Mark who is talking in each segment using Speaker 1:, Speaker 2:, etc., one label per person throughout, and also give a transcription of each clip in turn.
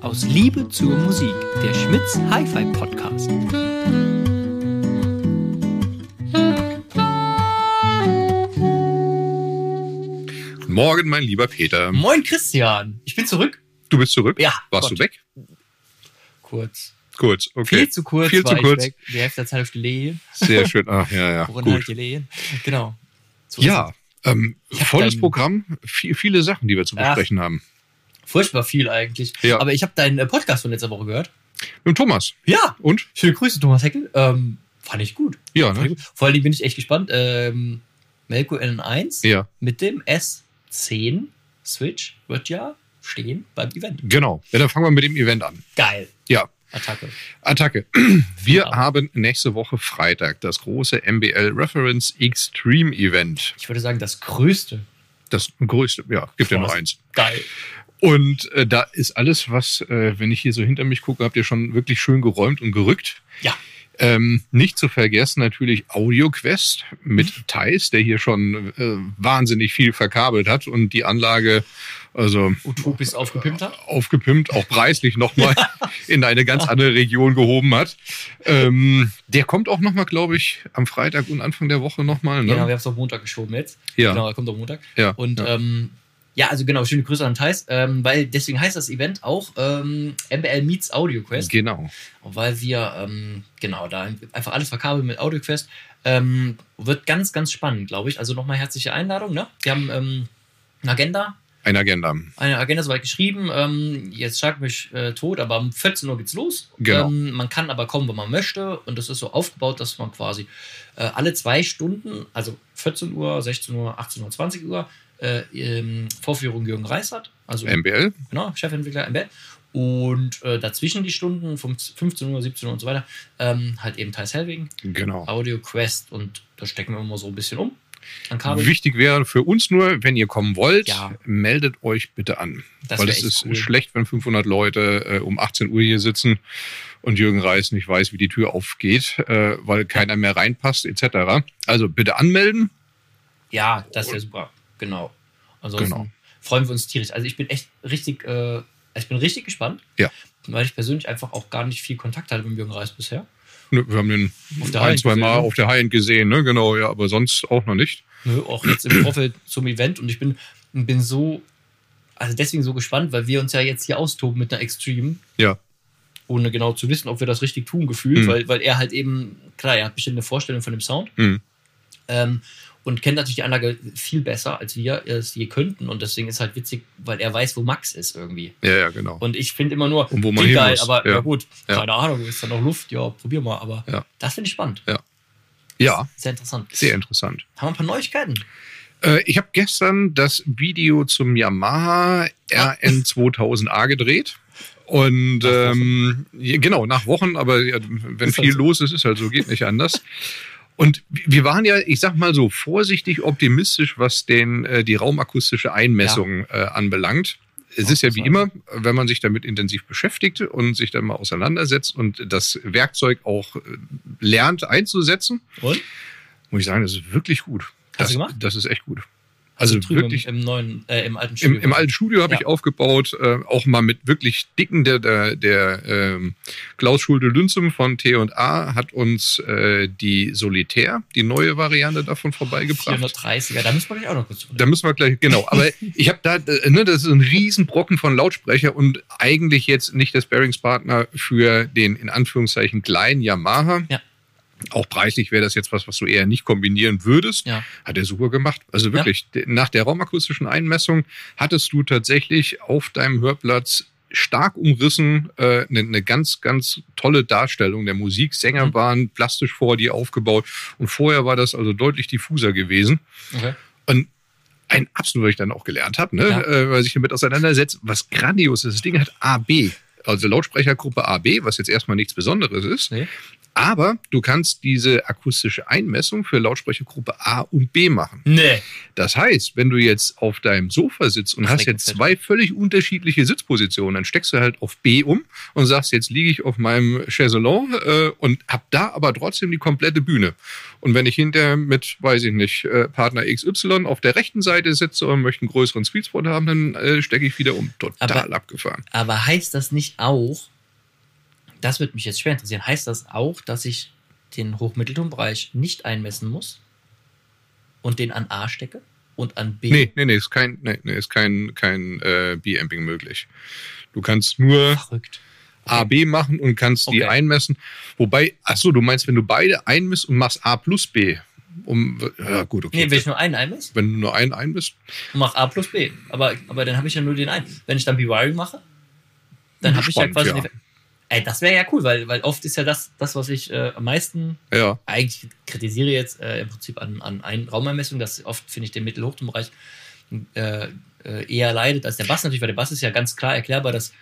Speaker 1: Aus Liebe zur Musik, der Schmitz Hi-Fi Podcast.
Speaker 2: Morgen, mein lieber Peter.
Speaker 1: Moin Christian, ich bin zurück.
Speaker 2: Du bist zurück?
Speaker 1: Ja,
Speaker 2: Warst
Speaker 1: Gott.
Speaker 2: du weg?
Speaker 1: Kurz.
Speaker 2: Kurz, okay.
Speaker 1: Viel zu kurz.
Speaker 2: Viel
Speaker 1: war
Speaker 2: zu
Speaker 1: ich
Speaker 2: kurz.
Speaker 1: Weg. Die Hälfte der Zeit auf die Lehe.
Speaker 2: Sehr schön. Ach, ja, ja.
Speaker 1: Worin
Speaker 2: Gut.
Speaker 1: halt die Lehe? Genau. So ist
Speaker 2: Ja, ähm,
Speaker 1: hab
Speaker 2: volles
Speaker 1: dein-
Speaker 2: Programm, viel, viele Sachen, die wir zu
Speaker 1: Ach.
Speaker 2: besprechen haben.
Speaker 1: es. Furchtbar viel eigentlich.
Speaker 2: Ja.
Speaker 1: Aber ich habe deinen äh, Podcast von letzter Woche gehört.
Speaker 2: Mit Thomas.
Speaker 1: Ja.
Speaker 2: Und?
Speaker 1: Schöne Grüße, Thomas Heckel. Ähm, fand ich gut.
Speaker 2: Ja,
Speaker 1: Fand
Speaker 2: ne?
Speaker 1: ich gut. Vor allem bin ich echt gespannt. Ähm, Melko N1
Speaker 2: Ja,
Speaker 1: mit dem S10 Switch wird ja stehen beim Event.
Speaker 2: genau. Ja, dann fangen wir mit dem Event an.
Speaker 1: Geil.
Speaker 2: Ja,
Speaker 1: Attacke.
Speaker 2: Attacke. Wir
Speaker 1: Ja.
Speaker 2: haben nächste Woche Freitag das große MBL Reference Extreme Event.
Speaker 1: Ich würde sagen, das größte.
Speaker 2: Das größte, ja, gibt ja noch
Speaker 1: Krass.
Speaker 2: eins.
Speaker 1: Geil.
Speaker 2: Und äh, da ist alles, was, äh, wenn ich hier so hinter mich gucke, habt ihr schon wirklich schön geräumt und gerückt.
Speaker 1: Ja.
Speaker 2: Ähm, nicht zu vergessen natürlich Audio Quest
Speaker 1: Mhm.
Speaker 2: mit Thais, der hier schon äh, wahnsinnig viel verkabelt hat und die Anlage also
Speaker 1: Utopis aufgepimpter.
Speaker 2: aufgepimpt, auch preislich nochmal in eine ganz andere Region gehoben hat. Ähm, der kommt auch nochmal, glaube ich, am Freitag und Anfang der Woche nochmal. Ne?
Speaker 1: Genau, wir haben es auf Montag geschoben jetzt.
Speaker 2: ja,
Speaker 1: Genau, er kommt am Montag.
Speaker 2: ja.
Speaker 1: Und
Speaker 2: ja.
Speaker 1: ja, ähm, ja also genau, schöne Grüße an Thais, ähm, weil deswegen heißt das Event auch ähm, MBL Meets Audio Quest,
Speaker 2: genau.
Speaker 1: weil wir ähm, genau da einfach alles verkabeln mit Audio Quest. Ähm, wird ganz, ganz spannend, glaube ich. Also nochmal herzliche Einladung. Ne? Wir haben ähm, eine Agenda,
Speaker 2: Eine Agenda.
Speaker 1: eine Agenda soweit geschrieben. Ähm, jetzt schlag mich äh, tot, aber um 14 Uhr geht's los.
Speaker 2: Genau.
Speaker 1: Ähm, man kann aber kommen, wenn man möchte. Und das ist so aufgebaut, dass man quasi äh, alle zwei Stunden, also 14 Uhr, 16 Uhr, 18 Uhr, 20 Uhr, äh, ähm, Vorführung Jürgen Reis hat. Also
Speaker 2: MBL.
Speaker 1: genau, Chefentwickler im Bett. Und äh, dazwischen die Stunden, 15 15 Uhr, 17 Uhr und so weiter, ähm, halt eben Thais Helwing,
Speaker 2: Genau.
Speaker 1: Audio Quest. Und da stecken wir immer so ein bisschen um an Kabel.
Speaker 2: Wichtig wäre für uns nur, wenn ihr kommen wollt,
Speaker 1: Ja.
Speaker 2: meldet euch bitte an.
Speaker 1: Das
Speaker 2: weil
Speaker 1: wär
Speaker 2: es
Speaker 1: echt
Speaker 2: ist äh,
Speaker 1: cool.
Speaker 2: schlecht, wenn 500 Leute äh, um 18 Uhr hier sitzen und Jürgen Reis nicht weiß, wie die Tür aufgeht, äh, weil keiner mehr reinpasst etc. Also bitte anmelden.
Speaker 1: Ja, das wäre super. Genau. Ansonsten
Speaker 2: Genau.
Speaker 1: freuen wir uns tierisch. Also ich bin echt richtig, äh, ich bin richtig gespannt.
Speaker 2: Ja.
Speaker 1: Weil ich persönlich einfach auch gar nicht viel Kontakt hatte mit Jürgen Reis bisher.
Speaker 2: Ne, Wir haben den
Speaker 1: Auf der
Speaker 2: ein,
Speaker 1: High-End
Speaker 2: zwei Mal
Speaker 1: gesehen, ne?
Speaker 2: auf der High-End gesehen, ne? genau, ja, aber sonst auch noch nicht.
Speaker 1: Nö, Ne, auch jetzt im Vorfeld zum Event und ich bin, bin so, also deswegen so gespannt, weil wir uns ja jetzt hier austoben mit einer Extreme,
Speaker 2: Ja,
Speaker 1: ohne genau zu wissen, ob wir das richtig tun, gefühlt,
Speaker 2: Mhm.
Speaker 1: weil, weil er halt eben, klar, er hat bestimmt eine Vorstellung von dem Sound.
Speaker 2: hm.
Speaker 1: Ähm, und kennt natürlich die Anlage viel besser, als wir es je könnten. Und deswegen ist halt witzig, weil er weiß, wo Max ist irgendwie.
Speaker 2: ja, ja, genau.
Speaker 1: Und ich finde immer nur,
Speaker 2: Und wo man
Speaker 1: klingt
Speaker 2: hin
Speaker 1: geil,
Speaker 2: muss.
Speaker 1: aber ja.
Speaker 2: Ja.
Speaker 1: gut,
Speaker 2: Ja.
Speaker 1: keine Ahnung, ist da noch Luft? Ja, probier mal, aber
Speaker 2: Ja.
Speaker 1: das finde ich spannend.
Speaker 2: ja,
Speaker 1: Sehr interessant.
Speaker 2: sehr interessant.
Speaker 1: Haben wir ein paar Neuigkeiten?
Speaker 2: Äh, ich habe gestern das Video zum Yamaha RN 2000A gedreht. Und
Speaker 1: Nach Wochen.
Speaker 2: ähm, ja, genau, nach Wochen, aber ja, wenn
Speaker 1: Ist halt
Speaker 2: viel
Speaker 1: so.
Speaker 2: los ist, ist halt so, geht nicht anders. Und wir waren ja, ich sag mal so, vorsichtig optimistisch, was den, äh, die raumakustische Einmessung äh, anbelangt. Es
Speaker 1: Auch
Speaker 2: ist ja
Speaker 1: das
Speaker 2: wie
Speaker 1: war-
Speaker 2: immer, wenn man sich damit intensiv beschäftigt und sich dann mal auseinandersetzt und das Werkzeug auch äh, lernt einzusetzen,
Speaker 1: Und?
Speaker 2: muss ich sagen, das ist wirklich gut.
Speaker 1: Hast
Speaker 2: das,
Speaker 1: du gemacht?
Speaker 2: Das ist echt gut.
Speaker 1: Also,
Speaker 2: Also
Speaker 1: drüben
Speaker 2: wirklich-
Speaker 1: im, im neuen, äh, im alten Studio.
Speaker 2: Im, im alten Studio habe
Speaker 1: Ja.
Speaker 2: ich aufgebaut, äh, auch mal mit wirklich dicken, der, der, der ähm, Klaus Schulte-Lünzum von T&A hat uns äh, die Solitär, die neue Variante davon vorbeigebracht.
Speaker 1: 430er, da müssen wir gleich auch noch kurz drüber
Speaker 2: Da müssen wir gleich, genau, aber ich habe da, äh, ne, das ist ein Riesenbrocken von Lautsprecher und eigentlich jetzt nicht der Sparingspartner für den in Anführungszeichen kleinen Yamaha.
Speaker 1: Ja.
Speaker 2: Auch preislich wäre das jetzt was, was du eher nicht kombinieren würdest.
Speaker 1: Ja.
Speaker 2: Hat er super gemacht. Also wirklich, de- nach der raumakustischen Einmessung hattest du tatsächlich auf deinem Hörplatz stark umrissen eine äh, ne- ne ganz, ganz tolle Darstellung der Musik. Sänger
Speaker 1: Mhm.
Speaker 2: waren plastisch vor dir aufgebaut und vorher war das also deutlich diffuser gewesen
Speaker 1: Okay.
Speaker 2: ein absolut, was ich dann auch gelernt habe, ne?
Speaker 1: Ja.
Speaker 2: äh, weil sich damit auseinandersetzt, was grandios ist. Das Ding hat AB, also Lautsprechergruppe AB, was jetzt erstmal nichts Besonderes ist,
Speaker 1: Nee.
Speaker 2: Aber du kannst diese akustische Einmessung für Lautsprechergruppe A und B machen.
Speaker 1: Nee.
Speaker 2: Das heißt, wenn du jetzt auf deinem Sofa sitzt und
Speaker 1: Das
Speaker 2: hast
Speaker 1: lenkt
Speaker 2: jetzt
Speaker 1: fett.
Speaker 2: zwei völlig unterschiedliche Sitzpositionen, dann steckst du halt auf B um und sagst, jetzt liege ich auf meinem Chaiselon äh, und hab da aber trotzdem die komplette Bühne. Und wenn ich hinterher mit, weiß ich nicht, äh, Partner XY auf der rechten Seite sitze und möchte einen größeren Sweet Spot haben, dann äh, stecke ich wieder um. Total abgefahren.
Speaker 1: Aber heißt das nicht auch, das wird mich jetzt schwer interessieren, heißt das auch, dass ich den Hochmitteltonbereich nicht einmessen muss und den an A stecke und an B?
Speaker 2: Nee, nee, nee, ist kein, nee, nee, ist kein, kein äh, B-Amping möglich. Du kannst nur
Speaker 1: Verrückt.
Speaker 2: AB machen und kannst die
Speaker 1: Okay.
Speaker 2: einmessen. Wobei, ach so, du meinst, wenn du beide einmisst und machst A plus B. Um, ja, gut, okay.
Speaker 1: Nee, wenn ich nur einen einmesse
Speaker 2: wenn du nur einen einmisst,
Speaker 1: und mache A plus B. Aber, aber dann habe ich ja nur den einen. Wenn ich dann B-Wiring mache, dann habe ich ja
Speaker 2: Spannend,
Speaker 1: quasi.
Speaker 2: ja.
Speaker 1: den- Ey, das wäre ja cool, weil, weil oft ist ja das, das was ich äh, am meisten
Speaker 2: ja.
Speaker 1: eigentlich kritisiere jetzt äh, im Prinzip an, an einen Raumermessung, dass oft finde ich den Mittelhochtonbereich äh, äh, eher leidet als der Bass natürlich, weil der Bass ist ja ganz klar erklärbar, dass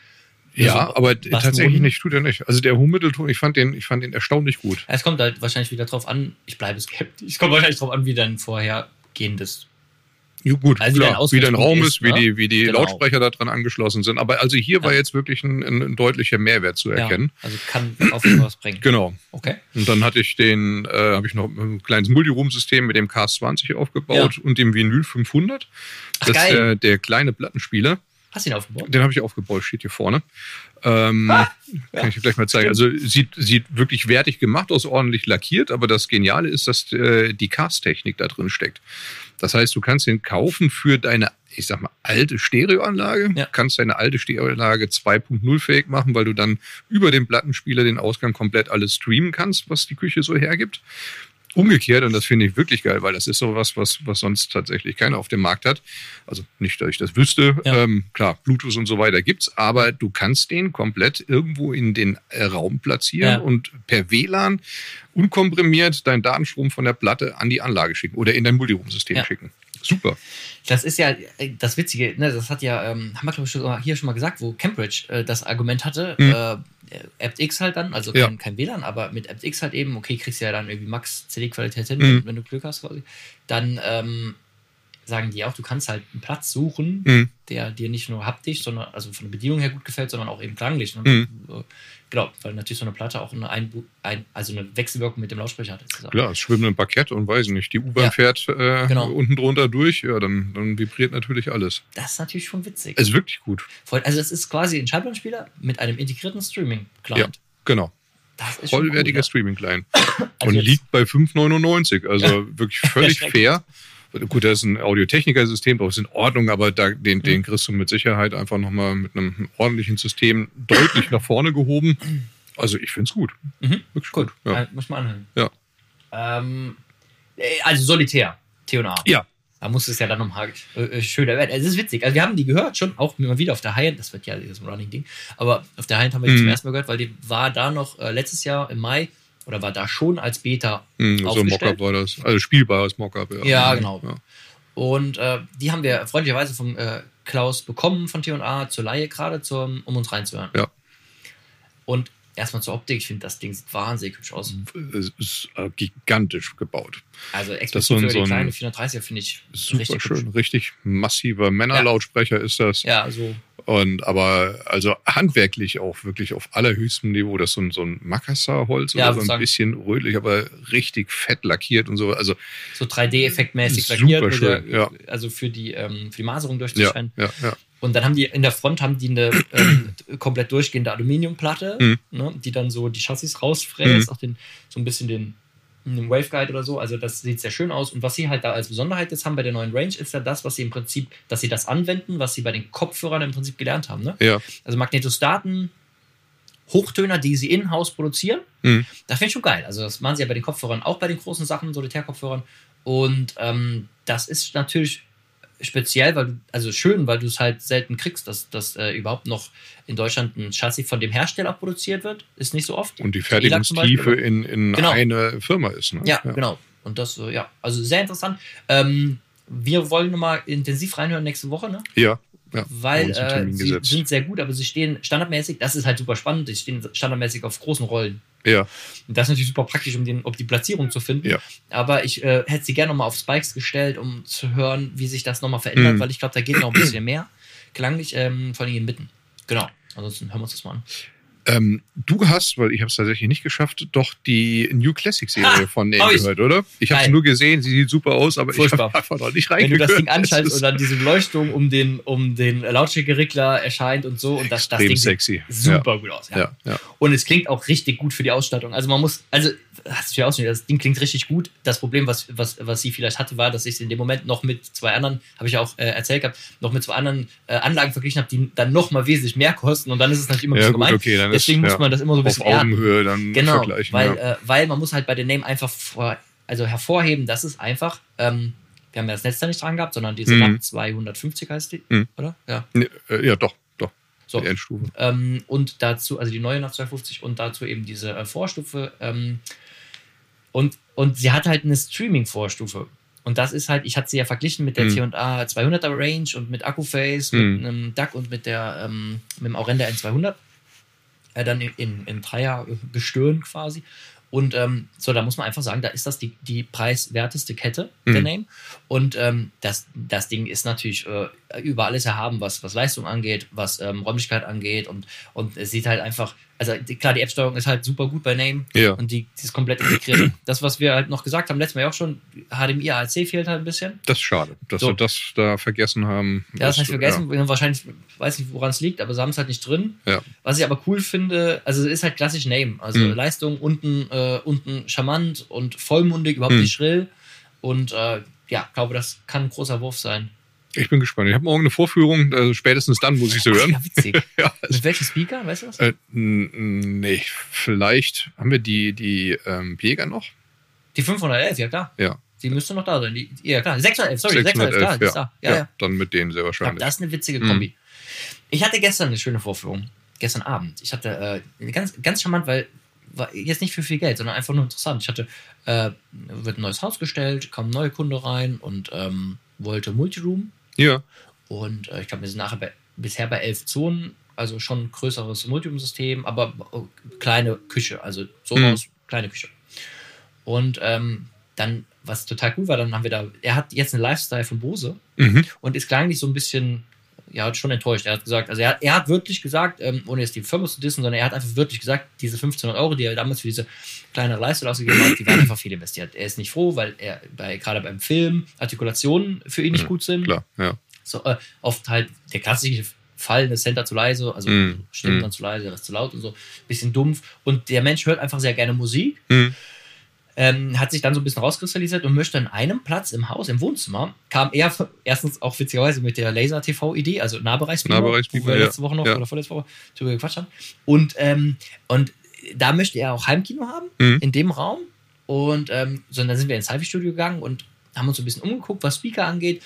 Speaker 2: Ja,
Speaker 1: so
Speaker 2: aber
Speaker 1: Bassnoten-
Speaker 2: tatsächlich nicht, tut er nicht. Also der Hochmittelton, ich fand den, ich fand den erstaunlich gut.
Speaker 1: es kommt halt wahrscheinlich wieder drauf an, ich bleibe skeptisch, es kommt wahrscheinlich drauf an, wie dein vorhergehendes.
Speaker 2: Ja, gut,
Speaker 1: Also wie dein
Speaker 2: klar, wie dein
Speaker 1: Ausgangspunkt
Speaker 2: Raum
Speaker 1: ist,
Speaker 2: ist, wie
Speaker 1: ne?
Speaker 2: die, wie die
Speaker 1: Genau.
Speaker 2: Lautsprecher da dran angeschlossen sind. Aber also hier
Speaker 1: Ja.
Speaker 2: war jetzt wirklich ein, ein, ein deutlicher Mehrwert zu
Speaker 1: Ja,
Speaker 2: erkennen.
Speaker 1: also kann auf jeden Fall was bringen.
Speaker 2: Genau.
Speaker 1: Okay.
Speaker 2: Und dann hatte ich den, äh, habe ich noch ein kleines Multiroom-System mit dem KS20 aufgebaut und dem Vinyl 500.
Speaker 1: Ach,
Speaker 2: das ist
Speaker 1: geil.
Speaker 2: der, der kleine Plattenspieler.
Speaker 1: Hast du ihn aufgebaut?
Speaker 2: Den habe ich aufgebaut, steht hier vorne. Ähm, Kann ich dir gleich mal zeigen. Also sieht, sieht wirklich wertig gemacht aus, ordentlich lackiert, aber das Geniale ist, dass äh, die Cast-Technik da drin steckt. Das heißt, du kannst den kaufen für deine, ich sag mal, alte Stereoanlage.
Speaker 1: Ja.
Speaker 2: Kannst deine alte Stereoanlage 2.0 fähig machen, weil du dann über den Plattenspieler den Ausgang komplett alles streamen kannst, was die Küche so hergibt. Umgekehrt, und das finde ich wirklich geil, weil das ist sowas, was, was sonst tatsächlich keiner auf dem Markt hat. Also nicht, dass ich das wüsste.
Speaker 1: Ja.
Speaker 2: Ähm, klar, Bluetooth und so weiter gibt's, aber du kannst den komplett irgendwo in den äh, Raum platzieren
Speaker 1: Ja.
Speaker 2: und per WLAN unkomprimiert deinen Datenstrom von der Platte an die Anlage schicken oder in dein Multiroom-System
Speaker 1: Ja.
Speaker 2: schicken. Super.
Speaker 1: Das ist ja äh, das Witzige, ne? das hat ja, ähm, haben wir glaube ich schon, mal- hier schon mal gesagt, wo Cambridge äh, das Argument hatte, äh, AptX halt dann, also
Speaker 2: Mhm. Ja.
Speaker 1: kein, kein WLAN, aber mit AptX halt eben, okay, kriegst du ja dann irgendwie Max CD-Qualität hin,
Speaker 2: Mhm.
Speaker 1: wenn du Glück hast quasi, dann ähm, sagen die auch, du kannst halt einen Platz suchen,
Speaker 2: Mhm.
Speaker 1: der dir nicht nur haptisch, sondern also von der Bedienung her gut gefällt, sondern auch eben klanglich. Ne?
Speaker 2: Mhm.
Speaker 1: Äh, Genau, weil natürlich so eine Platte auch eine, Einbu ein, also eine Wechselwirkung mit dem Lautsprecher hat. sozusagen.
Speaker 2: Klar, es schwimmt ein Parkett und weiß ich nicht, die U-Bahn
Speaker 1: Ja.
Speaker 2: fährt äh,
Speaker 1: Genau.
Speaker 2: unten drunter durch, ja, dann, dann vibriert natürlich alles.
Speaker 1: Das ist natürlich schon witzig.
Speaker 2: Es ist wirklich gut.
Speaker 1: Voll- Also es ist quasi ein Schallplattenspieler mit einem integrierten Streaming-Client.
Speaker 2: Genau.
Speaker 1: Das ist schon
Speaker 2: vollwertiger
Speaker 1: cool,
Speaker 2: Streaming-Client.
Speaker 1: Also
Speaker 2: und
Speaker 1: jetzt-
Speaker 2: liegt bei 5,99. Also wirklich völlig
Speaker 1: Erschreckend.
Speaker 2: fair. Gut, da ist ein Audiotechniker-System drauf, ist in Ordnung, aber da, den,
Speaker 1: Mhm.
Speaker 2: den kriegst du mit Sicherheit einfach nochmal mit einem ordentlichen System deutlich nach vorne gehoben. Also ich finde es gut.
Speaker 1: ja. Mhm.
Speaker 2: Wirklich
Speaker 1: Gut,
Speaker 2: gut. Ja.
Speaker 1: äh, muss ich mal anhören.
Speaker 2: Ja.
Speaker 1: Ähm, äh, also solitär, T und A.
Speaker 2: ja.
Speaker 1: Da muss es ja dann nochmal äh, äh, schöner werden. Es ist witzig. Also wir haben die gehört schon, auch immer wieder auf der High-End, das wird ja so ein Running-Ding, aber auf der High-End haben wir die
Speaker 2: Mhm.
Speaker 1: zum ersten Mal gehört, weil die war da noch äh, letztes Jahr im Mai oder war da schon als Beta
Speaker 2: Hm, so ein
Speaker 1: aufgestellt.
Speaker 2: Mockup war das. Also spielbares Mockup, ja.
Speaker 1: Ja, genau.
Speaker 2: Ja.
Speaker 1: Und äh, die haben wir freundlicherweise vom äh, Klaus bekommen von T&A zur Laie gerade, zum, um uns reinzuhören.
Speaker 2: Ja.
Speaker 1: Und erstmal zur Optik, ich finde, das Ding sieht wahnsinnig hübsch aus.
Speaker 2: Es ist äh, gigantisch gebaut.
Speaker 1: Also
Speaker 2: Mhm. Das ist so
Speaker 1: explizit
Speaker 2: ein-
Speaker 1: für
Speaker 2: so
Speaker 1: die
Speaker 2: ein-
Speaker 1: kleine 430er finde ich
Speaker 2: Super
Speaker 1: richtig
Speaker 2: schön.
Speaker 1: Hübsch.
Speaker 2: Richtig massiver Männerlautsprecher ist das.
Speaker 1: Ja, also, so.
Speaker 2: Und aber also handwerklich auch wirklich auf allerhöchstem Niveau. Das ist so ein, so ein Makassarholz
Speaker 1: Ja,
Speaker 2: oder so ein
Speaker 1: sozusagen.
Speaker 2: bisschen rötlich, aber richtig fett lackiert und so. Also
Speaker 1: So 3D-effektmäßig
Speaker 2: Super
Speaker 1: lackiert, mit
Speaker 2: schön,
Speaker 1: der-
Speaker 2: ja.
Speaker 1: also für die, ähm, für die Maserung
Speaker 2: ja,
Speaker 1: durchzuscheinen.
Speaker 2: ja, ja.
Speaker 1: Und dann haben die in der Front haben die eine ähm, komplett durchgehende Aluminiumplatte,
Speaker 2: Mhm.
Speaker 1: ne, die dann so die Chassis rausfräst, auch den, so ein bisschen den, den Waveguide oder so. Also das sieht sehr schön aus. Und was sie halt da als Besonderheit jetzt haben bei der neuen Range, ist ja das, was sie im Prinzip, dass sie das anwenden, was sie bei den Kopfhörern im Prinzip gelernt haben. Ne?
Speaker 2: ja.
Speaker 1: Also Magnetostaten, Hochtöner, die sie in-house produzieren.
Speaker 2: Mhm.
Speaker 1: Das finde ich schon geil. Also das machen sie ja bei den Kopfhörern, auch bei den großen Sachen, Solitärkopfhörern. Und ähm, das ist natürlich speziell, weil du, also schön, weil du es halt selten kriegst, dass, dass äh, überhaupt noch in Deutschland ein Chassis von dem Hersteller produziert wird. Ist nicht so oft.
Speaker 2: Und die
Speaker 1: Elak zum Beispiel,
Speaker 2: Fertigungstiefe in, in
Speaker 1: Genau.
Speaker 2: eine Firma ist. Ne?
Speaker 1: Ja, genau. Und das, äh, ja, also sehr interessant. Ähm, wir wollen nochmal intensiv reinhören nächste Woche, ne?
Speaker 2: ja. ja.
Speaker 1: weil
Speaker 2: Haben wir uns einen
Speaker 1: äh,
Speaker 2: Termin
Speaker 1: sie
Speaker 2: gesetzt.
Speaker 1: sind sehr gut, aber sie stehen standardmäßig, das ist halt super spannend, sie stehen standardmäßig auf großen Rollen.
Speaker 2: Ja.
Speaker 1: Und das ist natürlich super praktisch, um, den, um die Platzierung zu finden.
Speaker 2: Ja.
Speaker 1: Aber ich äh, hätte sie gerne nochmal auf Spikes gestellt, um zu hören, wie sich das nochmal verändert,
Speaker 2: Mhm.
Speaker 1: weil ich glaube, da geht noch ein bisschen mehr. Klanglich ähm, von ihnen mitten. Genau. Ansonsten hören wir uns das mal an.
Speaker 2: Ähm, du hast, weil ich habe es tatsächlich nicht geschafft, doch die New Classic Serie
Speaker 1: Ah,
Speaker 2: von Name
Speaker 1: hab ich.
Speaker 2: gehört, oder? Ich habe es
Speaker 1: Geil.
Speaker 2: nur gesehen, sie sieht super aus, aber
Speaker 1: Furchtbar.
Speaker 2: ich habe einfach noch nicht
Speaker 1: Wenn du
Speaker 2: reingehört.
Speaker 1: das Ding anschaltest
Speaker 2: Es
Speaker 1: und
Speaker 2: ist
Speaker 1: dann diese Beleuchtung um den, um den Lautstärkeregler erscheint und so und das, das
Speaker 2: extrem
Speaker 1: Ding sieht
Speaker 2: sexy.
Speaker 1: super gut aus.
Speaker 2: Ja, ja, ja.
Speaker 1: Und es klingt auch richtig gut für die Ausstattung. Also man muss, also hast du ja ausgedacht, das Ding klingt richtig gut. Das Problem, was, was, was sie vielleicht hatte, war, dass ich es in dem Moment noch mit zwei anderen, habe ich ja auch äh, erzählt gehabt, noch mit zwei anderen äh, Anlagen verglichen habe, die dann nochmal wesentlich mehr kosten. Und dann ist es natürlich immer ein
Speaker 2: Ja,
Speaker 1: bisschen
Speaker 2: gut,
Speaker 1: gemein.
Speaker 2: okay, dann ist-
Speaker 1: Deswegen
Speaker 2: ja,
Speaker 1: muss man das immer so ein
Speaker 2: Auf
Speaker 1: bisschen erden.
Speaker 2: Augenhöhe dann
Speaker 1: Genau,
Speaker 2: vergleichen.
Speaker 1: weil,
Speaker 2: ja.
Speaker 1: äh, weil man muss halt bei den Name einfach vor, also hervorheben, das ist einfach, ähm, wir haben ja das Netz da nicht dran gehabt, sondern diese
Speaker 2: Mhm.
Speaker 1: mhm. 250 heißt die,
Speaker 2: Mhm.
Speaker 1: oder? Ja.
Speaker 2: Nee, äh, ja, doch, doch.
Speaker 1: So.
Speaker 2: Die Endstufe.
Speaker 1: Ähm, und dazu, also die neue nach 250 und dazu eben diese äh, Vorstufe. Ähm, und, und sie hat halt eine Streaming-Vorstufe. Und das ist halt, ich hatte sie ja verglichen mit der
Speaker 2: Mhm.
Speaker 1: CA 200er Range und mit Akkuface,
Speaker 2: Mhm.
Speaker 1: mit einem DAC und mit der ähm, mit dem Aurenda N200. Äh, dann in, in, in Dreier-Gestirn quasi. Und ähm, so, da muss man einfach sagen, da ist das die, die preiswerteste Kette der
Speaker 2: Mhm.
Speaker 1: Name. Und ähm, das, das Ding ist natürlich äh, über alles erhaben, was, was Leistung angeht, was ähm, Räumlichkeit angeht. Und, und es sieht halt einfach, also die, klar, die App-Steuerung ist halt super gut bei Name
Speaker 2: Ja.
Speaker 1: und die, die ist komplett integriert. Das, was wir halt noch gesagt haben, letztes Mal ja auch schon, HDMI, ALC fehlt halt ein bisschen.
Speaker 2: Das ist schade, dass
Speaker 1: So.
Speaker 2: wir das da vergessen haben.
Speaker 1: Ja, das
Speaker 2: Ist-
Speaker 1: habe ich vergessen. Wahrscheinlich weiß nicht, woran es liegt, aber sie haben es halt nicht drin.
Speaker 2: Ja.
Speaker 1: Was ich aber cool finde, also es ist halt klassisch Name. Also
Speaker 2: Mhm.
Speaker 1: Leistung unten, äh, unten charmant und vollmundig, überhaupt
Speaker 2: Mhm.
Speaker 1: nicht schrill. Und äh, ja, ich glaube, das kann ein großer Wurf sein.
Speaker 2: Ja. Ich bin gespannt. Ich habe morgen eine Vorführung, also spätestens dann muss ich sie hören.
Speaker 1: Ja, witzig.
Speaker 2: Ja,
Speaker 1: Mit welchem Speaker, weißt du das?
Speaker 2: Äh, n- n- nee, vielleicht haben wir die, die ähm, Jäger noch.
Speaker 1: Die 511, ja klar.
Speaker 2: Ja.
Speaker 1: Die müsste noch da sein. Die, ja klar, 611, sorry, 611, klar, die ist da. Ja, ja.
Speaker 2: Dann mit denen sehr
Speaker 1: Ich glaub,
Speaker 2: wahrscheinlich.
Speaker 1: das ist eine witzige
Speaker 2: Mhm.
Speaker 1: Kombi. Ich hatte gestern eine schöne Vorführung. Gestern Abend. Ich hatte äh, ganz, ganz charmant, weil war jetzt nicht für viel Geld, sondern einfach nur interessant. Ich hatte, äh, wird ein neues Haus gestellt, kam ein neuer Kunde rein und ähm, wollte Multiroom.
Speaker 2: Ja,
Speaker 1: Und äh, ich glaube, wir sind nachher bei, bisher bei elf Zonen, also schon ein größeres Multiroom-System, aber äh, kleine Küche, also so
Speaker 2: Mhm.
Speaker 1: aus kleine Küche. Und ähm, dann, was total cool war, dann haben wir da, er hat jetzt einen Lifestyle von Bose
Speaker 2: mhm.
Speaker 1: und ist klanglich so ein bisschen, ja, hat schon enttäuscht. Er hat gesagt, also er, hat- er hat wirklich gesagt, ähm, ohne jetzt die Firma zu dissen, sondern er hat einfach wirklich gesagt, diese 1500 Euro, die er damals für diese kleinere Leistung ausgegeben hat, die waren einfach viel investiert. Er ist nicht froh, weil er bei, gerade beim Film Artikulationen für ihn nicht
Speaker 2: Mhm,
Speaker 1: gut sind.
Speaker 2: klar. Ja.
Speaker 1: So, äh, oft halt der klassische Fall, eine Center zu leise, also
Speaker 2: Mhm,
Speaker 1: Stimmen
Speaker 2: mhm.
Speaker 1: dann zu leise, der Rest zu laut und so, bisschen dumpf. Und der Mensch hört einfach sehr gerne Musik
Speaker 2: Mhm.
Speaker 1: ähm, hat sich dann so ein bisschen rauskristallisiert und möchte an einem Platz im Haus, im Wohnzimmer, kam er f- erstens auch witzigerweise mit der Laser-TV-Idee, also Nahbereichsbeamer,
Speaker 2: Nahbereichsbeamer,
Speaker 1: wo wir
Speaker 2: ja.
Speaker 1: letzte Woche noch
Speaker 2: Ja.
Speaker 1: oder vorletzte Woche drüber gequatscht haben. Und, ähm, und da möchte er auch Heimkino haben,
Speaker 2: Mhm.
Speaker 1: in dem Raum. Und ähm, so, und dann sind wir ins Hi-Fi-Studio gegangen und haben uns so ein bisschen umgeguckt, was Speaker angeht.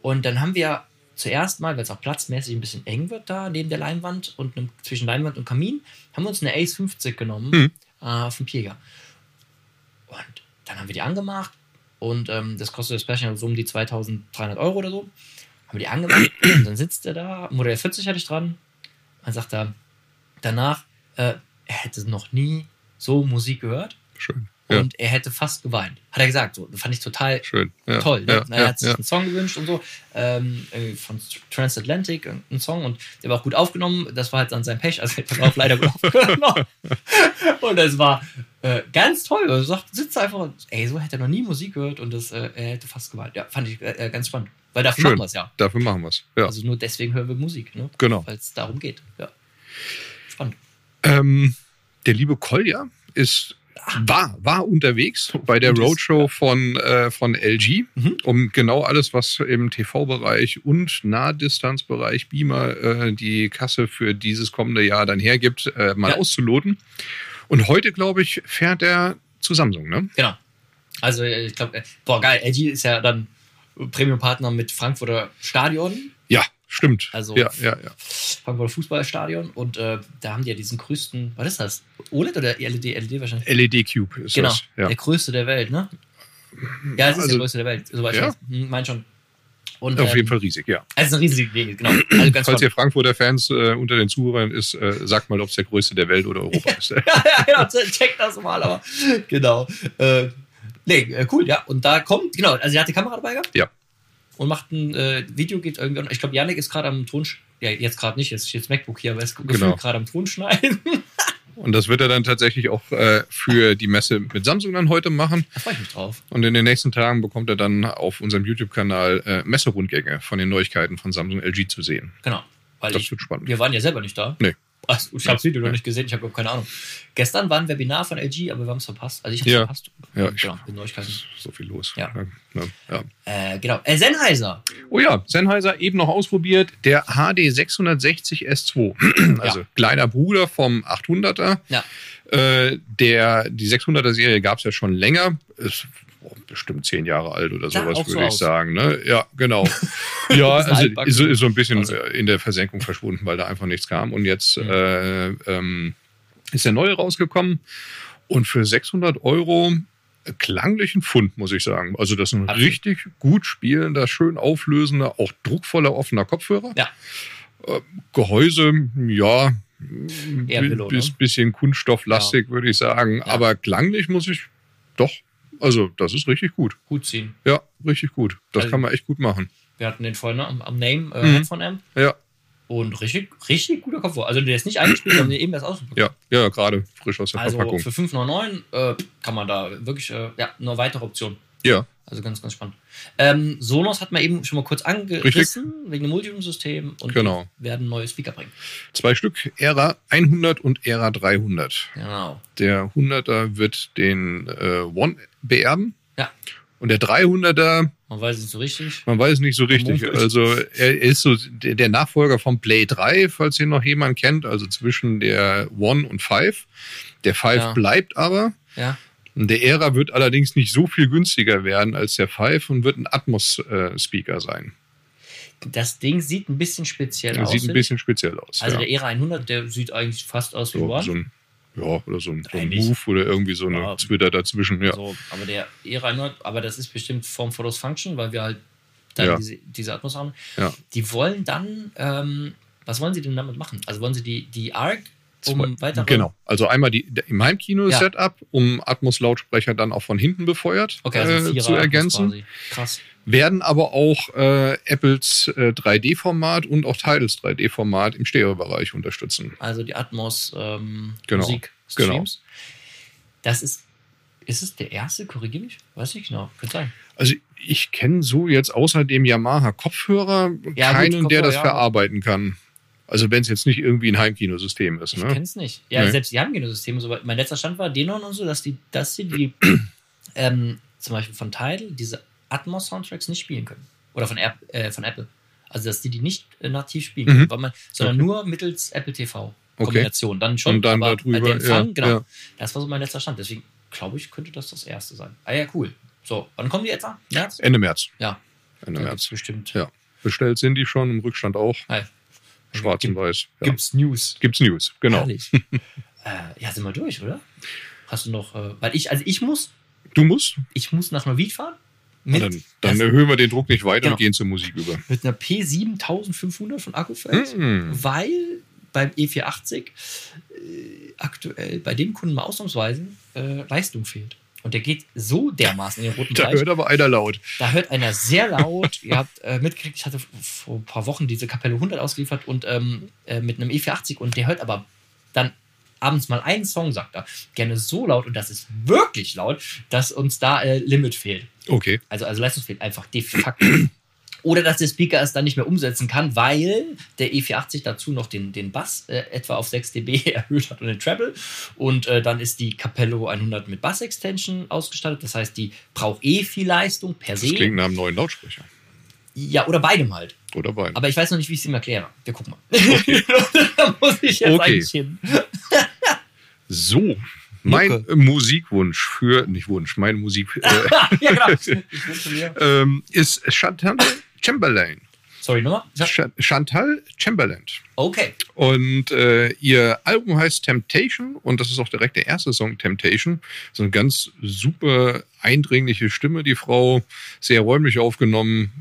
Speaker 1: Und dann haben wir zuerst mal, weil es auch platzmäßig ein bisschen eng wird da neben der Leinwand und einem, zwischen Leinwand und Kamin, haben wir uns eine Ace 50 genommen
Speaker 2: Mhm.
Speaker 1: äh, vom Jäger. Und dann haben wir die angemacht und ähm, das kostet das Pärchen so um die 2300 Euro oder so. Haben wir die angemacht und dann sitzt er da, Modell 40 hatte ich dran. Dann sagt er danach, äh, er hätte noch nie so Musik gehört
Speaker 2: Schön. Ja.
Speaker 1: und er hätte fast geweint. Hat er gesagt, so. fand ich total
Speaker 2: Schön. Ja.
Speaker 1: toll. Ne?
Speaker 2: Ja.
Speaker 1: Na, er
Speaker 2: Ja.
Speaker 1: hat sich
Speaker 2: Ja.
Speaker 1: einen Song gewünscht und so, ähm, irgendwie von Transatlantic, einen Song und der war auch gut aufgenommen. Das war halt dann sein Pech, also der war auch leider gut aufgenommen. und es war äh, ganz toll. Er sagt, sitzt einfach und, ey, so hätte er noch nie Musik gehört und das, äh, er hätte fast geweint. Ja, fand ich äh, ganz spannend. Weil dafür
Speaker 2: Schön.
Speaker 1: machen wir es ja.
Speaker 2: Dafür machen wir es. Ja.
Speaker 1: Also nur deswegen hören wir Musik, ne?
Speaker 2: genau.
Speaker 1: weil es darum geht. Ja. Spannend.
Speaker 2: Ähm, der liebe Kolja ist war, war unterwegs bei der
Speaker 1: Und ist-
Speaker 2: Roadshow von, äh, von LG,
Speaker 1: Mhm.
Speaker 2: um genau alles, was im TV-Bereich und Nahdistanzbereich Beamer äh, die Kasse für dieses kommende Jahr dann hergibt, äh, mal
Speaker 1: Ja.
Speaker 2: auszuloten. Und heute, glaube ich, fährt er zu Samsung, ne?
Speaker 1: Genau. Also äh, ich glaube, äh, boah geil, LG ist ja dann Premium-Partner mit Frankfurter Stadion.
Speaker 2: Ja, stimmt.
Speaker 1: Also-
Speaker 2: ja, ja, ja.
Speaker 1: Frankfurter Fußballstadion und äh, da haben die ja diesen größten, was ist das? OLED oder E LED? LED wahrscheinlich.
Speaker 2: LED E Cube ist
Speaker 1: genau,
Speaker 2: das. Ja.
Speaker 1: der größte der Welt, ne? Ja, es ist
Speaker 2: Also-
Speaker 1: der größte der Welt, soweit ich
Speaker 2: Ja.
Speaker 1: weiß. Hm, Mein schon. Und,
Speaker 2: Auf
Speaker 1: ähm,
Speaker 2: jeden Fall riesig, ja.
Speaker 1: Also ein riesiges Ding, genau. Also ganz
Speaker 2: Falls
Speaker 1: toll.
Speaker 2: ihr Frankfurter Fans äh, unter den Zuhörern ist, äh, sagt mal, ob es der größte der Welt oder Europa ist.
Speaker 1: ja, ja, check das mal, aber genau. Äh, nee, äh, cool, ja. Und da kommt, genau, also er hat die Kamera dabei gehabt.
Speaker 2: Ja.
Speaker 1: Und macht ein äh, Video, geht irgendwie. an- Ich glaube, Janik ist gerade am Ton. Ja, jetzt gerade nicht, jetzt ist jetzt MacBook hier, aber er ist gefühlt
Speaker 2: Genau.
Speaker 1: gerade am Ton schneiden.
Speaker 2: Und das wird er dann tatsächlich auch äh, für die Messe mit Samsung dann heute machen.
Speaker 1: Da freue ich mich drauf.
Speaker 2: Und in den nächsten Tagen bekommt er dann auf unserem YouTube-Kanal äh, Messerundgänge von den Neuigkeiten von Samsung LG zu sehen.
Speaker 1: Genau. Weil
Speaker 2: Das
Speaker 1: ich,
Speaker 2: wird spannend.
Speaker 1: wir waren ja selber nicht da.
Speaker 2: Nee.
Speaker 1: Also, ich habe das Video noch
Speaker 2: Nee.
Speaker 1: nicht gesehen, ich habe überhaupt keine Ahnung. Gestern war ein Webinar von LG, aber wir haben es verpasst. Also ich habe
Speaker 2: Ja.
Speaker 1: verpasst.
Speaker 2: Ja, ich-
Speaker 1: genau, mit Neuigkeiten.
Speaker 2: So viel los.
Speaker 1: Ja.
Speaker 2: Ja, ne? ja.
Speaker 1: Äh, genau. Äh, Sennheiser.
Speaker 2: Oh ja, Sennheiser eben noch ausprobiert, der HD 660 S2, also kleiner Bruder vom 800er.
Speaker 1: Ja.
Speaker 2: Äh, der, die 600er Serie gab es ja schon länger, ist oh, bestimmt zehn Jahre alt oder
Speaker 1: Sah
Speaker 2: sowas,
Speaker 1: auch so
Speaker 2: würde ich
Speaker 1: aus.
Speaker 2: sagen. Ne? Ja, genau. ja,
Speaker 1: Bisschen
Speaker 2: also
Speaker 1: altbacken.
Speaker 2: ist, so- ist so ein bisschen
Speaker 1: Also.
Speaker 2: äh, in der Versenkung verschwunden, weil da einfach nichts kam. Und jetzt
Speaker 1: Mhm.
Speaker 2: äh, ähm, ist der neue rausgekommen und für 600 Euro klanglichen Fund, muss ich sagen. Also das ist ein
Speaker 1: Absolut.
Speaker 2: richtig gut spielender, schön auflösender, auch druckvoller, offener Kopfhörer.
Speaker 1: Ja.
Speaker 2: Äh, Gehäuse, ja,
Speaker 1: Eher
Speaker 2: bi-
Speaker 1: Billo,
Speaker 2: bis,
Speaker 1: ne?
Speaker 2: bisschen Kunststofflastig, würde ich sagen. Aber klanglich muss ich doch, also das ist richtig gut.
Speaker 1: Gut ziehen.
Speaker 2: Ja, richtig gut. Das
Speaker 1: Also-
Speaker 2: kann man echt gut machen.
Speaker 1: Wir hatten den vorhin ne, am, am Name äh,
Speaker 2: Mhm.
Speaker 1: Headphone Amp.
Speaker 2: Ja,
Speaker 1: Und richtig, richtig guter Kopfhörer. Also der ist nicht eingespielt, wir haben den eben erst ausgepackt.
Speaker 2: ja, ja, gerade frisch aus der
Speaker 1: Also
Speaker 2: Verpackung.
Speaker 1: für 5,99 äh, kann man da wirklich, äh, ja, eine weitere Option.
Speaker 2: Ja,
Speaker 1: Also ganz, ganz spannend. Ähm, Sonos hat man eben schon mal kurz angerissen, wegen dem Multiroom-System und
Speaker 2: Genau.
Speaker 1: die werden neue Speaker bringen.
Speaker 2: zwei Stück, Ära 100 und Ära 300.
Speaker 1: Genau.
Speaker 2: Der 100er wird den äh, One beerben.
Speaker 1: Ja.
Speaker 2: Und der 300er,
Speaker 1: Man weiß es nicht so richtig.
Speaker 2: man weiß nicht so richtig.
Speaker 1: Vermutet.
Speaker 2: Also er ist so der der Nachfolger vom Play 3, falls ihn noch jemand kennt, also zwischen der One und 5. Der 5
Speaker 1: Ja.
Speaker 2: bleibt aber.
Speaker 1: Ja.
Speaker 2: Und Der Ära wird allerdings nicht so viel günstiger werden als der 5 und wird ein Atmos-Speaker sein.
Speaker 1: Das Ding sieht ein bisschen speziell
Speaker 2: Der
Speaker 1: aus.
Speaker 2: sieht ein
Speaker 1: finde ich.
Speaker 2: bisschen speziell aus.
Speaker 1: also
Speaker 2: ja.
Speaker 1: der Ära 100, der sieht eigentlich fast aus wie
Speaker 2: so,
Speaker 1: One.
Speaker 2: so ein, ja, oder so ein, so ein
Speaker 1: Eigentlich.
Speaker 2: Move oder irgendwie so eine
Speaker 1: Ja.
Speaker 2: Zwitter dazwischen. Ja.
Speaker 1: So, aber der Ära 100, aber das ist bestimmt Form Follows Function, weil wir halt dann
Speaker 2: Ja.
Speaker 1: diese, diese Atmos haben.
Speaker 2: Ja.
Speaker 1: Die wollen dann, ähm, was wollen sie denn damit machen? Also wollen sie die, die ARC um weitere.
Speaker 2: Genau. Also einmal die, der- im
Speaker 1: Ja.
Speaker 2: Heimkino-Setup, um Atmos-Lautsprecher dann auch von hinten befeuert
Speaker 1: Okay, also
Speaker 2: äh,
Speaker 1: Vierer
Speaker 2: zu
Speaker 1: Atmos
Speaker 2: ergänzen.
Speaker 1: quasi. Krass.
Speaker 2: Werden aber auch äh, Apples äh, 3D-Format und auch Tidals 3D-Format im Stereobereich unterstützen.
Speaker 1: Also die Atmos ähm,
Speaker 2: Genau,
Speaker 1: Musik Streams. Das ist. Ist es der erste? Korrigiere mich? Weiß ich genau. Könnte sein.
Speaker 2: Also ich kenne so jetzt außer dem Yamaha-Kopfhörer
Speaker 1: Ja, gut,
Speaker 2: keinen, der
Speaker 1: Kopfhörer,
Speaker 2: das
Speaker 1: ja.
Speaker 2: verarbeiten kann. Also wenn es jetzt nicht irgendwie ein Heimkinosystem ist.
Speaker 1: Ich
Speaker 2: Ne?
Speaker 1: kenne es nicht. Ja,
Speaker 2: Nee.
Speaker 1: selbst die haben Genosysteme. So, mein letzter Stand war Denon und so, dass die, dass sie die ähm, zum Beispiel von Tidal diese Atmos-Soundtracks nicht spielen können. Oder von, App, äh, von Apple. Also, dass die die nicht äh, nativ spielen
Speaker 2: Mhm.
Speaker 1: können, weil man, sondern
Speaker 2: Okay.
Speaker 1: nur mittels Apple TV-Kombination. Dann schon,
Speaker 2: Und dann
Speaker 1: aber
Speaker 2: darüber,
Speaker 1: bei dem Empfang,
Speaker 2: ja,
Speaker 1: genau.
Speaker 2: ja.
Speaker 1: Das war so mein letzter Stand. Deswegen glaube ich, könnte das das erste sein. Ah ja, cool. So, wann kommen die etwa? März?
Speaker 2: Ende März.
Speaker 1: Ja.
Speaker 2: Ende
Speaker 1: Da gibt's
Speaker 2: März.
Speaker 1: bestimmt.
Speaker 2: Ja. Bestellt sind die schon, im Rückstand auch.
Speaker 1: Hi.
Speaker 2: Schwarz und weiß. Ja.
Speaker 1: Gibt's News.
Speaker 2: Gibt's News, genau.
Speaker 1: Herrlich. äh, ja, sind wir durch, oder? Hast du noch, äh, weil ich, also ich muss,
Speaker 2: Du musst.
Speaker 1: ich muss nach Norwid fahren
Speaker 2: Na,
Speaker 1: mit,
Speaker 2: Dann, dann
Speaker 1: das-
Speaker 2: erhöhen wir den Druck nicht weiter
Speaker 1: Genau.
Speaker 2: und gehen zur Musik über.
Speaker 1: mit einer P7500 von Akkufeld,
Speaker 2: Mhm.
Speaker 1: weil beim E480 äh, aktuell bei dem Kunden mal ausnahmsweise äh, Leistung fehlt. Und der geht so dermaßen in den roten
Speaker 2: Da
Speaker 1: Bereich.
Speaker 2: hört aber einer laut.
Speaker 1: Da hört einer sehr laut. Ihr habt äh, mitgekriegt, ich hatte vor ein paar Wochen diese Kapelle 100 ausgeliefert und ähm, äh, mit einem E480 und der hört aber dann abends mal einen Song, sagt er, gerne so laut und das ist wirklich laut, dass uns da äh, Limit fehlt.
Speaker 2: Okay.
Speaker 1: Also, also Leistung fehlt einfach de facto. Oder dass der Speaker es dann nicht mehr umsetzen kann, weil der E480 dazu noch den, den Bass äh, etwa auf 6 dB erhöht hat und den Treble. Und äh, dann ist die Capello 100 mit Bass-Extension ausgestattet. Das heißt, die braucht eh viel Leistung per
Speaker 2: Das
Speaker 1: se.
Speaker 2: klingt nach einem neuen Lautsprecher.
Speaker 1: Ja, oder beidem halt.
Speaker 2: Oder beiden.
Speaker 1: Aber ich weiß noch nicht, wie ich es ihm erkläre. Wir gucken mal. da muss ich jetzt
Speaker 2: Okay.
Speaker 1: eigentlich hin.
Speaker 2: So, mein äh, Musikwunsch für, nicht Wunsch, mein Musik äh,
Speaker 1: Ah, ja, genau. Ich wünsche mir
Speaker 2: ähm, ist Chantal Chamberlain.
Speaker 1: Sorry, Nummer?
Speaker 2: Ch- Chantal Chamberlain.
Speaker 1: Okay.
Speaker 2: Und äh, ihr Album heißt Temptation und das ist auch direkt der erste Song Temptation. So eine ganz super eindringliche Stimme, die Frau, sehr räumlich aufgenommen.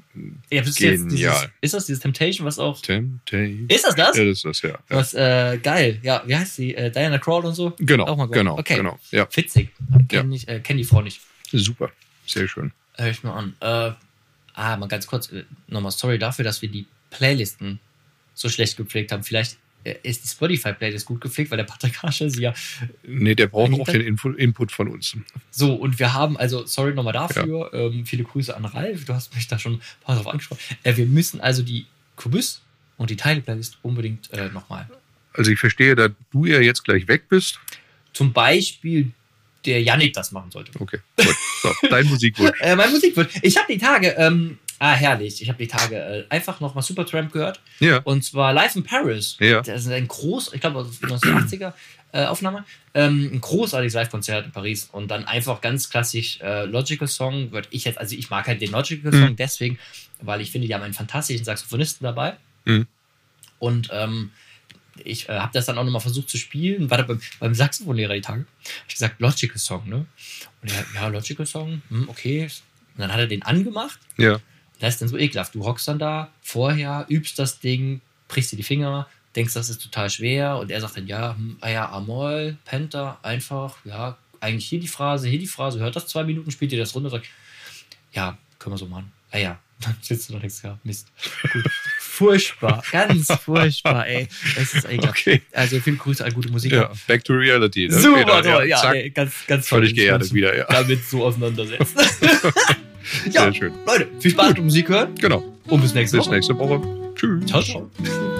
Speaker 1: Ja, das ist, jetzt dieses,
Speaker 2: Genial.
Speaker 1: ist das dieses Temptation, was auch.
Speaker 2: Temptation.
Speaker 1: Ist das das?
Speaker 2: Ja, das ist das, ja. ja.
Speaker 1: Was äh, geil. Ja, wie heißt sie? Äh, Diana Crawl und so? Auch mal
Speaker 2: Genau,
Speaker 1: gehört.
Speaker 2: genau,
Speaker 1: Okay.
Speaker 2: genau. Ja,
Speaker 1: Witzig.
Speaker 2: Ja.
Speaker 1: Kenn, ich, äh, kenn die Frau nicht.
Speaker 2: super. Sehr schön.
Speaker 1: Hör ich mal an. Äh, ah, mal ganz kurz. äh, Nochmal sorry dafür, dass wir die Playlisten so schlecht gepflegt haben. Vielleicht äh, ist die Spotify-Playlist gut gepflegt, weil der Patrick Harscher sie ja.
Speaker 2: Nee, der braucht
Speaker 1: Eigentlich
Speaker 2: auch
Speaker 1: dann-
Speaker 2: den Info Input von uns.
Speaker 1: So, und wir haben, also sorry nochmal dafür. Ähm, viele Grüße an Ralf. Du hast mich da schon ein paar drauf angesprochen. Äh, wir müssen also die Kubus und die Teile-Playlist unbedingt äh, nochmal.
Speaker 2: Also ich verstehe, da du ja jetzt gleich weg bist.
Speaker 1: Zum Beispiel der Yannick das machen sollte.
Speaker 2: Okay, gut. So, dein Musikwunsch.
Speaker 1: Äh, mein Musikwunsch. Ich habe die Tage, ähm, ah herrlich, ich habe die Tage äh, einfach nochmal Supertramp gehört
Speaker 2: Ja,
Speaker 1: und zwar Live in Paris.
Speaker 2: Ja.
Speaker 1: Das ist ein groß, ich glaube aus 1980er äh, Aufnahme, ähm, ein großartiges Live-Konzert in Paris und dann einfach ganz klassisch äh, Logical Song, würde ich jetzt, also ich mag halt den Logical Song
Speaker 2: Mhm.
Speaker 1: deswegen, weil ich finde, die haben einen fantastischen Saxophonisten dabei
Speaker 2: Mhm.
Speaker 1: und ähm, ich äh, habe das dann auch nochmal versucht zu spielen, war da beim, beim Saxophonlehrer die Tage, hab ich gesagt, Logical Song, ne? Und er, ja, Logical Song, hm, okay. Und dann hat er den angemacht.
Speaker 2: ja.
Speaker 1: Das ist dann so ekelhaft. Du hockst dann da vorher, übst das Ding, brichst dir die Finger, denkst, das ist total schwer. Und er sagt dann, ja, hm, ah ja, Amol, Penta, einfach, ja, eigentlich hier die Phrase, hier die Phrase, hört das zwei Minuten, spielt dir das runter, sagt, ja, können wir so machen. Ah ja. Dann sitzt du noch denkst, ja, Mist. Gut. Furchtbar, ganz furchtbar, ey. Das ist ekelhaft.
Speaker 2: Okay.
Speaker 1: Also viele Grüße an gute Musik.
Speaker 2: Ja, back to reality. ne?
Speaker 1: Super
Speaker 2: Peter,
Speaker 1: toll, ja,
Speaker 2: zack,
Speaker 1: ey, ganz, ganz toll.
Speaker 2: völlig
Speaker 1: Ich kann's
Speaker 2: geerdet wieder, ja.
Speaker 1: Damit so auseinandersetzen. ja,
Speaker 2: Sehr schön.
Speaker 1: Leute, viel Spaß mit Musik hören
Speaker 2: Genau.
Speaker 1: und bis nächste
Speaker 2: Bis
Speaker 1: Woche.
Speaker 2: nächste Woche. Tschüss.
Speaker 1: Ciao, ciao.